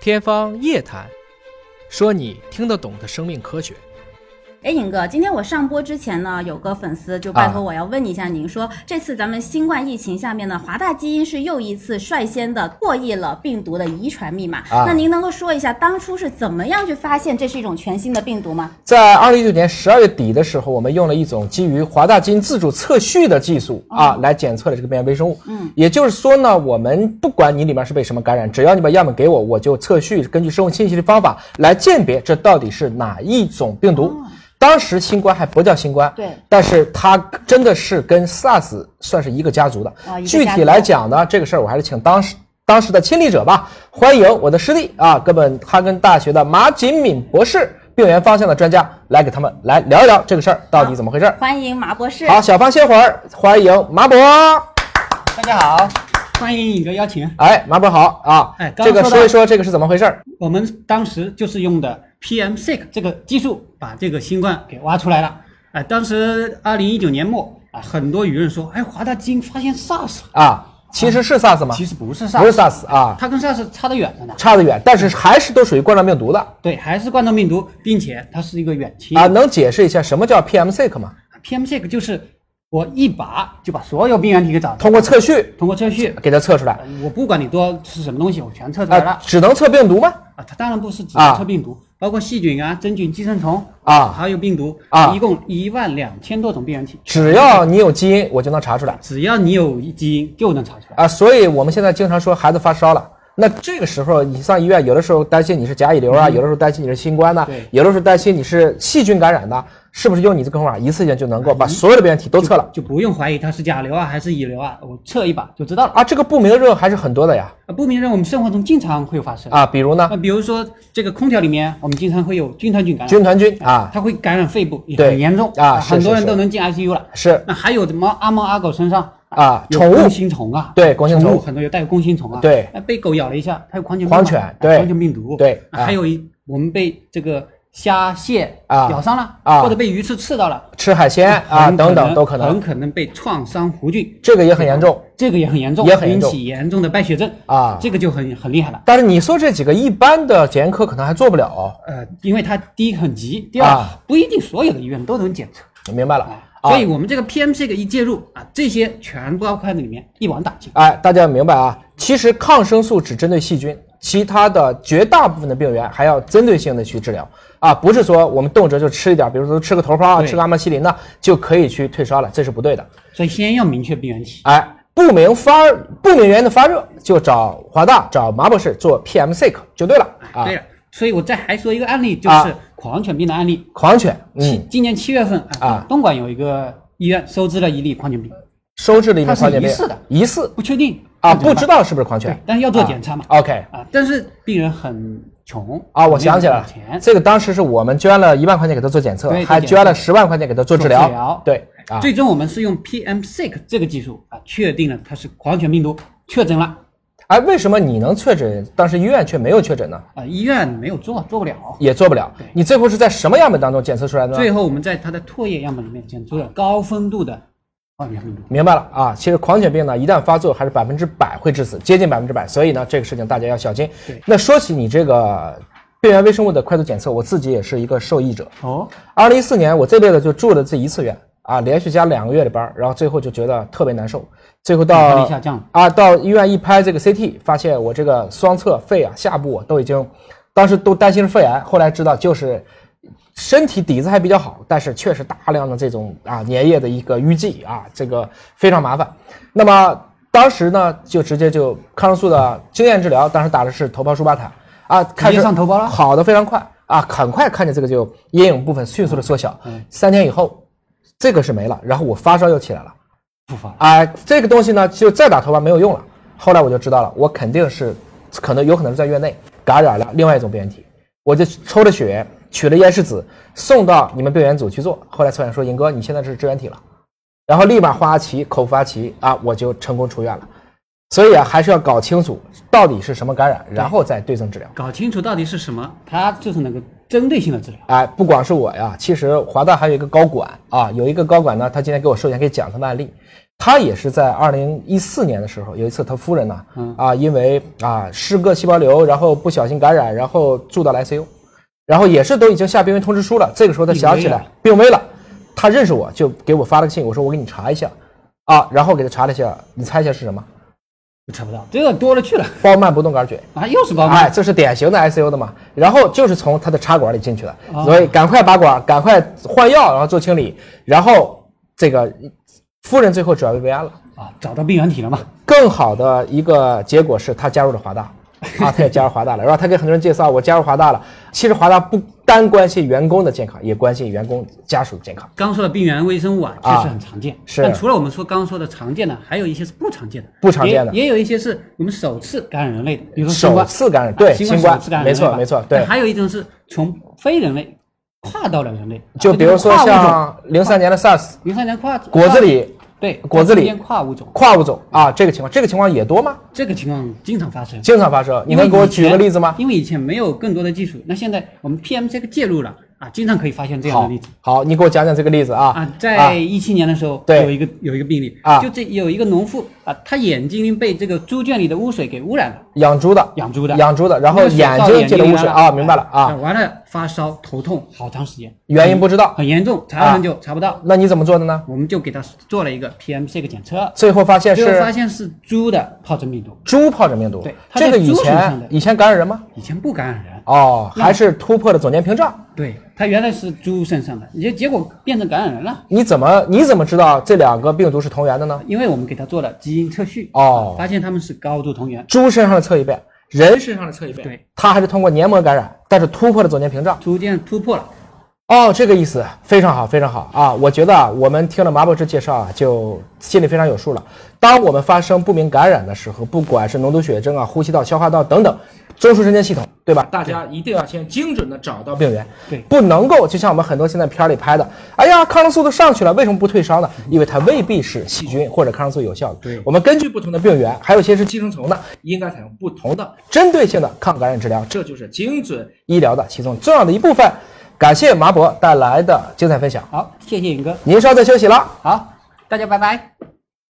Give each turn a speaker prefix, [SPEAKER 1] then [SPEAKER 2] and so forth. [SPEAKER 1] 天方夜谭，说你听得懂的生命科学。
[SPEAKER 2] 哎，尹哥，今天我上播之前呢，有个粉丝就拜
[SPEAKER 3] 啊
[SPEAKER 2] 托我要问一下您说，这次咱们新冠疫情下面呢，华大基因是又一次率先的破译了病毒的遗传密码。
[SPEAKER 3] 啊
[SPEAKER 2] 那您能够说一下当初是怎么样去发现这是一种全新的病毒吗？
[SPEAKER 3] 在二零一九年十二月底的时候，我们用了一种基于华大基因自主测序的技术啊，来检测了这个变原微生物。
[SPEAKER 2] 哦嗯，
[SPEAKER 3] 也就是说呢，我们不管你里面是被什么感染，只要你把样本给我，我就测序，根据生物信息的方法来鉴别这到底是哪一种病毒。当时新冠还不叫新冠，
[SPEAKER 2] 哦对
[SPEAKER 3] 但是它真的是跟 SARS 算是一个家族的。
[SPEAKER 2] 啊一个
[SPEAKER 3] 具
[SPEAKER 2] 家
[SPEAKER 3] 体
[SPEAKER 2] 族
[SPEAKER 3] 来讲呢，这个事儿我还是请当时当时的亲历者吧。欢迎我的师弟啊，哥本哈根大学的马锦敏博士，病原方向的专家，来给他们来聊一聊这个事儿到底怎么回事儿。
[SPEAKER 2] 欢迎马博士。
[SPEAKER 3] 好，小芳歇会儿，欢迎马博。
[SPEAKER 4] 大家好，欢迎你的邀请。
[SPEAKER 3] 哎，马博好啊，
[SPEAKER 4] 哎刚
[SPEAKER 3] 这
[SPEAKER 4] 刚
[SPEAKER 3] 个
[SPEAKER 4] 说
[SPEAKER 3] 说
[SPEAKER 4] 到
[SPEAKER 3] 一说这个是怎么回事儿。
[SPEAKER 4] 我们当时就是用的 PM-SIG 这个技术把这个新冠给挖出来了。哎，当时二零一九年末啊，很多舆论说，哎，华大基因发现 SARS，
[SPEAKER 3] 啊，其实是 SARS 吗？
[SPEAKER 4] 其实不是
[SPEAKER 3] 不
[SPEAKER 4] SARS，
[SPEAKER 3] 是 SARS 啊，
[SPEAKER 4] 它跟 SARS 差得远着呢。
[SPEAKER 3] 差得远，但是还是都属于冠状病毒的
[SPEAKER 4] 对，还是冠状病毒，并且它是一个远期
[SPEAKER 3] 啊。能解释一下什么叫 PM-SIC 吗？
[SPEAKER 4] PM-SIG 就是我一把就把所有病原体给找出来，
[SPEAKER 3] 通过测序
[SPEAKER 4] 通过测序，
[SPEAKER 3] 给它测出来
[SPEAKER 4] 呃我不管你多是什么东西，我全测出来了。
[SPEAKER 3] 啊，只能测病毒吗？
[SPEAKER 4] 啊，它当然不是只
[SPEAKER 3] 啊
[SPEAKER 4] 测病毒，包括细菌啊、真菌、寄生虫
[SPEAKER 3] 啊
[SPEAKER 4] 还有病毒
[SPEAKER 3] 啊
[SPEAKER 4] 一共一万两千多种病原体，
[SPEAKER 3] 只要你有基因，我就能查出来
[SPEAKER 4] 只要你有基因就能查出来。
[SPEAKER 3] 啊。所以我们现在经常说孩子发烧了。那这个时候你上医院，有的时候担心你是甲乙流啊，有的时候担心你是新冠呐、
[SPEAKER 4] 嗯对
[SPEAKER 3] 有的时候担心你是细菌感染的，是不是用你这个方法一次性就能够把所有的病原体都测了
[SPEAKER 4] 嗯就不用怀疑它是甲流啊还是乙流啊，我测一把就知道了。
[SPEAKER 3] 啊？这个不明的热还是很多的呀
[SPEAKER 4] 啊，不明热我们生活中经常会发生。
[SPEAKER 3] 啊，比如呢
[SPEAKER 4] 那比如说这个空调里面，我们经常会有军团菌感染，
[SPEAKER 3] 军团菌啊，
[SPEAKER 4] 它会感染肺部，也
[SPEAKER 3] 对
[SPEAKER 4] 很严重
[SPEAKER 3] 啊是
[SPEAKER 4] 很多
[SPEAKER 3] 是
[SPEAKER 4] 人
[SPEAKER 3] 是
[SPEAKER 4] 都能进 ICU 了。
[SPEAKER 3] 是
[SPEAKER 4] 那还有什么阿猫阿狗身上
[SPEAKER 3] 啊
[SPEAKER 4] 有
[SPEAKER 3] 宠物
[SPEAKER 4] 弓形虫啊，
[SPEAKER 3] 对弓形虫
[SPEAKER 4] 宠物很多有带有弓形虫啊，
[SPEAKER 3] 对
[SPEAKER 4] 那被狗咬了一下，它有狂犬
[SPEAKER 3] 狂
[SPEAKER 4] 病嘛
[SPEAKER 3] 犬
[SPEAKER 4] 啊
[SPEAKER 3] 对
[SPEAKER 4] 狂犬病毒，
[SPEAKER 3] 对
[SPEAKER 4] 啊
[SPEAKER 3] 啊
[SPEAKER 4] 还有一我们被这个虾蟹
[SPEAKER 3] 啊
[SPEAKER 4] 咬伤了
[SPEAKER 3] 啊
[SPEAKER 4] 或者被鱼刺刺到了
[SPEAKER 3] 吃海鲜啊
[SPEAKER 4] 嗯很
[SPEAKER 3] 等等都可
[SPEAKER 4] 很
[SPEAKER 3] 能，
[SPEAKER 4] 可能被创伤弧菌，
[SPEAKER 3] 这个也很严重。
[SPEAKER 4] 这个也很严重，
[SPEAKER 3] 也很严
[SPEAKER 4] 引
[SPEAKER 3] 重
[SPEAKER 4] 起严重的败血症
[SPEAKER 3] 啊
[SPEAKER 4] 这个就很很厉害了。
[SPEAKER 3] 但是你说这几个一般的检验科可能还做不了，
[SPEAKER 4] 呃，因为它第一很急，第二、
[SPEAKER 3] 啊
[SPEAKER 4] 不一定所有的医院都能检测，
[SPEAKER 3] 你明白了
[SPEAKER 4] 啊，
[SPEAKER 3] 啊
[SPEAKER 4] 所以我们这个 PM 这个一介入啊，这些全包括在里面，一网打尽。
[SPEAKER 3] 哎，大家明白啊？其实抗生素只针对细菌，其他的绝大部分的病源还要针对性的去治疗啊，不是说我们动辄就吃一点，比如说吃个头孢啊，
[SPEAKER 4] 对
[SPEAKER 3] 吃个阿莫西林呐、就可以去退烧了，这是不对的。
[SPEAKER 4] 所以先要明确病原体。
[SPEAKER 3] 哎，不明发不明原因的发热，就找华大找马博士做 PM Sick 就对了啊
[SPEAKER 4] 对。了，所以我再还说一个案例，就
[SPEAKER 3] 啊
[SPEAKER 4] 是狂犬病的案例。
[SPEAKER 3] 狂犬，
[SPEAKER 4] 七
[SPEAKER 3] 嗯，
[SPEAKER 4] 今年七月份
[SPEAKER 3] 啊
[SPEAKER 4] 啊，东莞有一个医院收治了一例狂犬病，
[SPEAKER 3] 收治了一名
[SPEAKER 4] 它是
[SPEAKER 3] 狂犬病
[SPEAKER 4] 疑似的，
[SPEAKER 3] 疑似
[SPEAKER 4] 不确定
[SPEAKER 3] 啊，
[SPEAKER 4] 那怎么
[SPEAKER 3] 不
[SPEAKER 4] 办
[SPEAKER 3] 知道是不是狂犬
[SPEAKER 4] 对，，但是要做检查嘛。
[SPEAKER 3] 啊 OK。
[SPEAKER 4] 啊，但是病人很穷
[SPEAKER 3] 啊，我想起来
[SPEAKER 4] 没
[SPEAKER 3] 了
[SPEAKER 4] 有钱，
[SPEAKER 3] 这个当时是我们捐了一万块钱给他做检测
[SPEAKER 4] 对，做
[SPEAKER 3] 还
[SPEAKER 4] 检
[SPEAKER 3] 捐了
[SPEAKER 4] 测
[SPEAKER 3] 十万块钱给他做
[SPEAKER 4] 做
[SPEAKER 3] 治
[SPEAKER 4] 治
[SPEAKER 3] 疗。
[SPEAKER 4] 疗
[SPEAKER 3] 对啊，
[SPEAKER 4] 最终我们是用 PM-SIG 这个技术啊，确定了它是狂犬病毒，确诊了。
[SPEAKER 3] 哎，为什么你能确诊，当时医院却没有确诊呢？
[SPEAKER 4] 啊，医院没有做，做不了。
[SPEAKER 3] 也做不了
[SPEAKER 4] 对。
[SPEAKER 3] 你最后是在什么样本当中检测出来的呢？
[SPEAKER 4] 最后我们在它的唾液样本里面检出了高分度的狂犬病毒。
[SPEAKER 3] 明白了啊，其实狂犬病呢，一旦发作还是百分之百会致死，接近百分之百，所以呢，这个事情大家要小心
[SPEAKER 4] 对。
[SPEAKER 3] 那说起你这个病原微生物的快速检测，我自己也是一个受益者。
[SPEAKER 4] 哦，
[SPEAKER 3] 二零一四年我这辈子就住了这一次院啊，连续加两个月的班儿，然后最后就觉得特别难受，最后
[SPEAKER 4] 免疫
[SPEAKER 3] 到
[SPEAKER 4] 力下降了
[SPEAKER 3] 啊，到医院一拍这个 CT，发现我这个双侧肺啊、下部啊都已经，当时都担心是肺癌，后来知道就是。身体底子还比较好，但是确实大量的这种啊粘液的一个淤积啊，这个非常麻烦。那么当时呢，就直接就抗生素的经验治疗，当时打的是头孢舒巴坦啊，看是
[SPEAKER 4] 直接上头孢了
[SPEAKER 3] 好的非常快啊，很快看见这个就阴影部分迅速的缩小
[SPEAKER 4] 嗯，
[SPEAKER 3] 三天以后，这个是没了，然后我发烧又起来了，
[SPEAKER 4] 复发了。
[SPEAKER 3] 啊、这个东西呢就再打头孢没有用了，后来我就知道了，我肯定是可能有可能是在院内感染了另外一种病原体，我就抽了血，取了咽拭子送到你们病原组去做，后来测验说银哥你现在是支原体了，然后立马花阿奇口服阿奇啊，我就成功出院了。所以啊，还是要搞清楚到底是什么感染，然后再对症治疗。
[SPEAKER 4] 搞清楚到底是什么，它就是能够针对性的治疗。
[SPEAKER 3] 哎，不光是我呀，其实华大还有一个高管啊，有一个高管呢，他今天给我授权，可以讲他的案例。他也是在二零一四年的时候，有一次他夫人呢、
[SPEAKER 4] 嗯
[SPEAKER 3] 啊，因为啊是个细胞瘤，然后不小心感染，然后住到了 ICU，然后也是都已经下病危通知书了。这个时候他想起来病危了，他认识我就给我发了个信，我说我给你查一下啊，然后给他查了一下，你猜一下是什么？
[SPEAKER 4] 查不到，这个多了去了
[SPEAKER 3] 包曼不动杆菌。
[SPEAKER 4] 啊，又是包
[SPEAKER 3] 哎，
[SPEAKER 4] 办，
[SPEAKER 3] 这是典型的 ICU 的嘛，然后就是从他的插管里进去的，所以赶快拔管，赶快换药，然后做清理，然后这个夫人最后转危为安了。
[SPEAKER 4] 啊，找到病原体了嘛？
[SPEAKER 3] 更好的一个结果是他加入了华大，啊，他也加入华大了，然后他给很多人介绍我加入华大了。其实华大不单关心员工的健康，也关心员工家属的健康。
[SPEAKER 4] 刚说的病原微生物啊，确
[SPEAKER 3] 啊
[SPEAKER 4] 实很常见。
[SPEAKER 3] 是
[SPEAKER 4] 但除了我们说刚刚说的常见的，还有一些是不常见的。
[SPEAKER 3] 不常见的
[SPEAKER 4] 也也有一些是我们首次感染人类的，比如说新
[SPEAKER 3] 首
[SPEAKER 4] 冠。
[SPEAKER 3] 次感染对
[SPEAKER 4] 啊新
[SPEAKER 3] 新
[SPEAKER 4] 冠
[SPEAKER 3] 冠
[SPEAKER 4] 首次感，染
[SPEAKER 3] 没
[SPEAKER 4] 人类
[SPEAKER 3] 错
[SPEAKER 4] 吧
[SPEAKER 3] 没错，
[SPEAKER 4] 但
[SPEAKER 3] 对。
[SPEAKER 4] 还有一种是从非人类跨到了人类，啊
[SPEAKER 3] 就比如说像零
[SPEAKER 4] 零
[SPEAKER 3] 三年的 SARS
[SPEAKER 4] 零三年跨
[SPEAKER 3] 果子狸
[SPEAKER 4] 对
[SPEAKER 3] 果子狸
[SPEAKER 4] 之间跨物种，
[SPEAKER 3] 跨物种啊，这个情况这个情况也多吗？
[SPEAKER 4] 这个情况经常发生。
[SPEAKER 3] 经常发生，你
[SPEAKER 4] 因为
[SPEAKER 3] 能给我
[SPEAKER 4] 以前
[SPEAKER 3] 举个例子吗？
[SPEAKER 4] 因为以前没有更多的技术，那现在我们 PM 这个介入了啊，经常可以发现这样的例子。
[SPEAKER 3] 好。好，你给我讲讲这个例子啊。
[SPEAKER 4] 啊，在一七年的时候，
[SPEAKER 3] 对
[SPEAKER 4] 有一个有一个病例
[SPEAKER 3] 啊
[SPEAKER 4] 就这有一个农妇啊，她眼睛被这个猪圈里的污水给污染了，
[SPEAKER 3] 养猪的，
[SPEAKER 4] 养猪的，
[SPEAKER 3] 养猪的，然后
[SPEAKER 4] 那个水
[SPEAKER 3] 眼
[SPEAKER 4] 到
[SPEAKER 3] 睛进了
[SPEAKER 4] 里
[SPEAKER 3] 污
[SPEAKER 4] 来
[SPEAKER 3] 水啊，明白了
[SPEAKER 4] 哎
[SPEAKER 3] 啊，
[SPEAKER 4] 完了发烧头痛好长时间，
[SPEAKER 3] 原因不啊知道。
[SPEAKER 4] 很严重，查很久查不到，
[SPEAKER 3] 那你怎么做的呢？
[SPEAKER 4] 我们就给她做了一个 PM 这个检测，
[SPEAKER 3] 最后发现
[SPEAKER 4] 最后发
[SPEAKER 3] 是
[SPEAKER 4] 现是猪的疱疹病毒，
[SPEAKER 3] 猪疱疹病毒
[SPEAKER 4] 对，它在
[SPEAKER 3] 这个以
[SPEAKER 4] 猪身上的
[SPEAKER 3] 前以前感染人吗？
[SPEAKER 4] 以前不感染人，
[SPEAKER 3] 哦，
[SPEAKER 4] 那
[SPEAKER 3] 还是突破了总监屏障？
[SPEAKER 4] 对，它原来是猪身上的，也结果变成感染人了。
[SPEAKER 3] 你怎么你怎么知道这两个病毒是同源的呢？
[SPEAKER 4] 因为我们给它做了基因测序，
[SPEAKER 3] 哦
[SPEAKER 4] 发现它们是高度同源，
[SPEAKER 3] 猪身上的测一遍，人身上的测一遍，
[SPEAKER 4] 对，
[SPEAKER 3] 它还是通过黏膜感染，但是突破了总监屏障。
[SPEAKER 4] 逐渐突破了。
[SPEAKER 3] 哦，这个意思非常好，非常好啊！我觉得啊，我们听了马博士介绍啊，就心里非常有数了。当我们发生不明感染的时候，不管是脓毒血症啊、呼吸道、消化道等等，中枢神经系统，对吧？大家一定要先精准的找到病源，
[SPEAKER 4] 对
[SPEAKER 3] 不能够就像我们很多现在片儿里拍的，哎呀，抗生素都上去了，为什么不退烧呢？因为它未必是细菌或者抗生素有效的。
[SPEAKER 4] 对
[SPEAKER 3] 我们根据不同的病源，还有一些是寄生虫的，应该采用不同的针对性的抗感染治疗，这就是精准医疗的其中重要的一部分。感谢麻博带来的精彩分享，
[SPEAKER 4] 好，谢谢云哥，
[SPEAKER 3] 您稍作休息了。
[SPEAKER 4] 好，大家拜拜。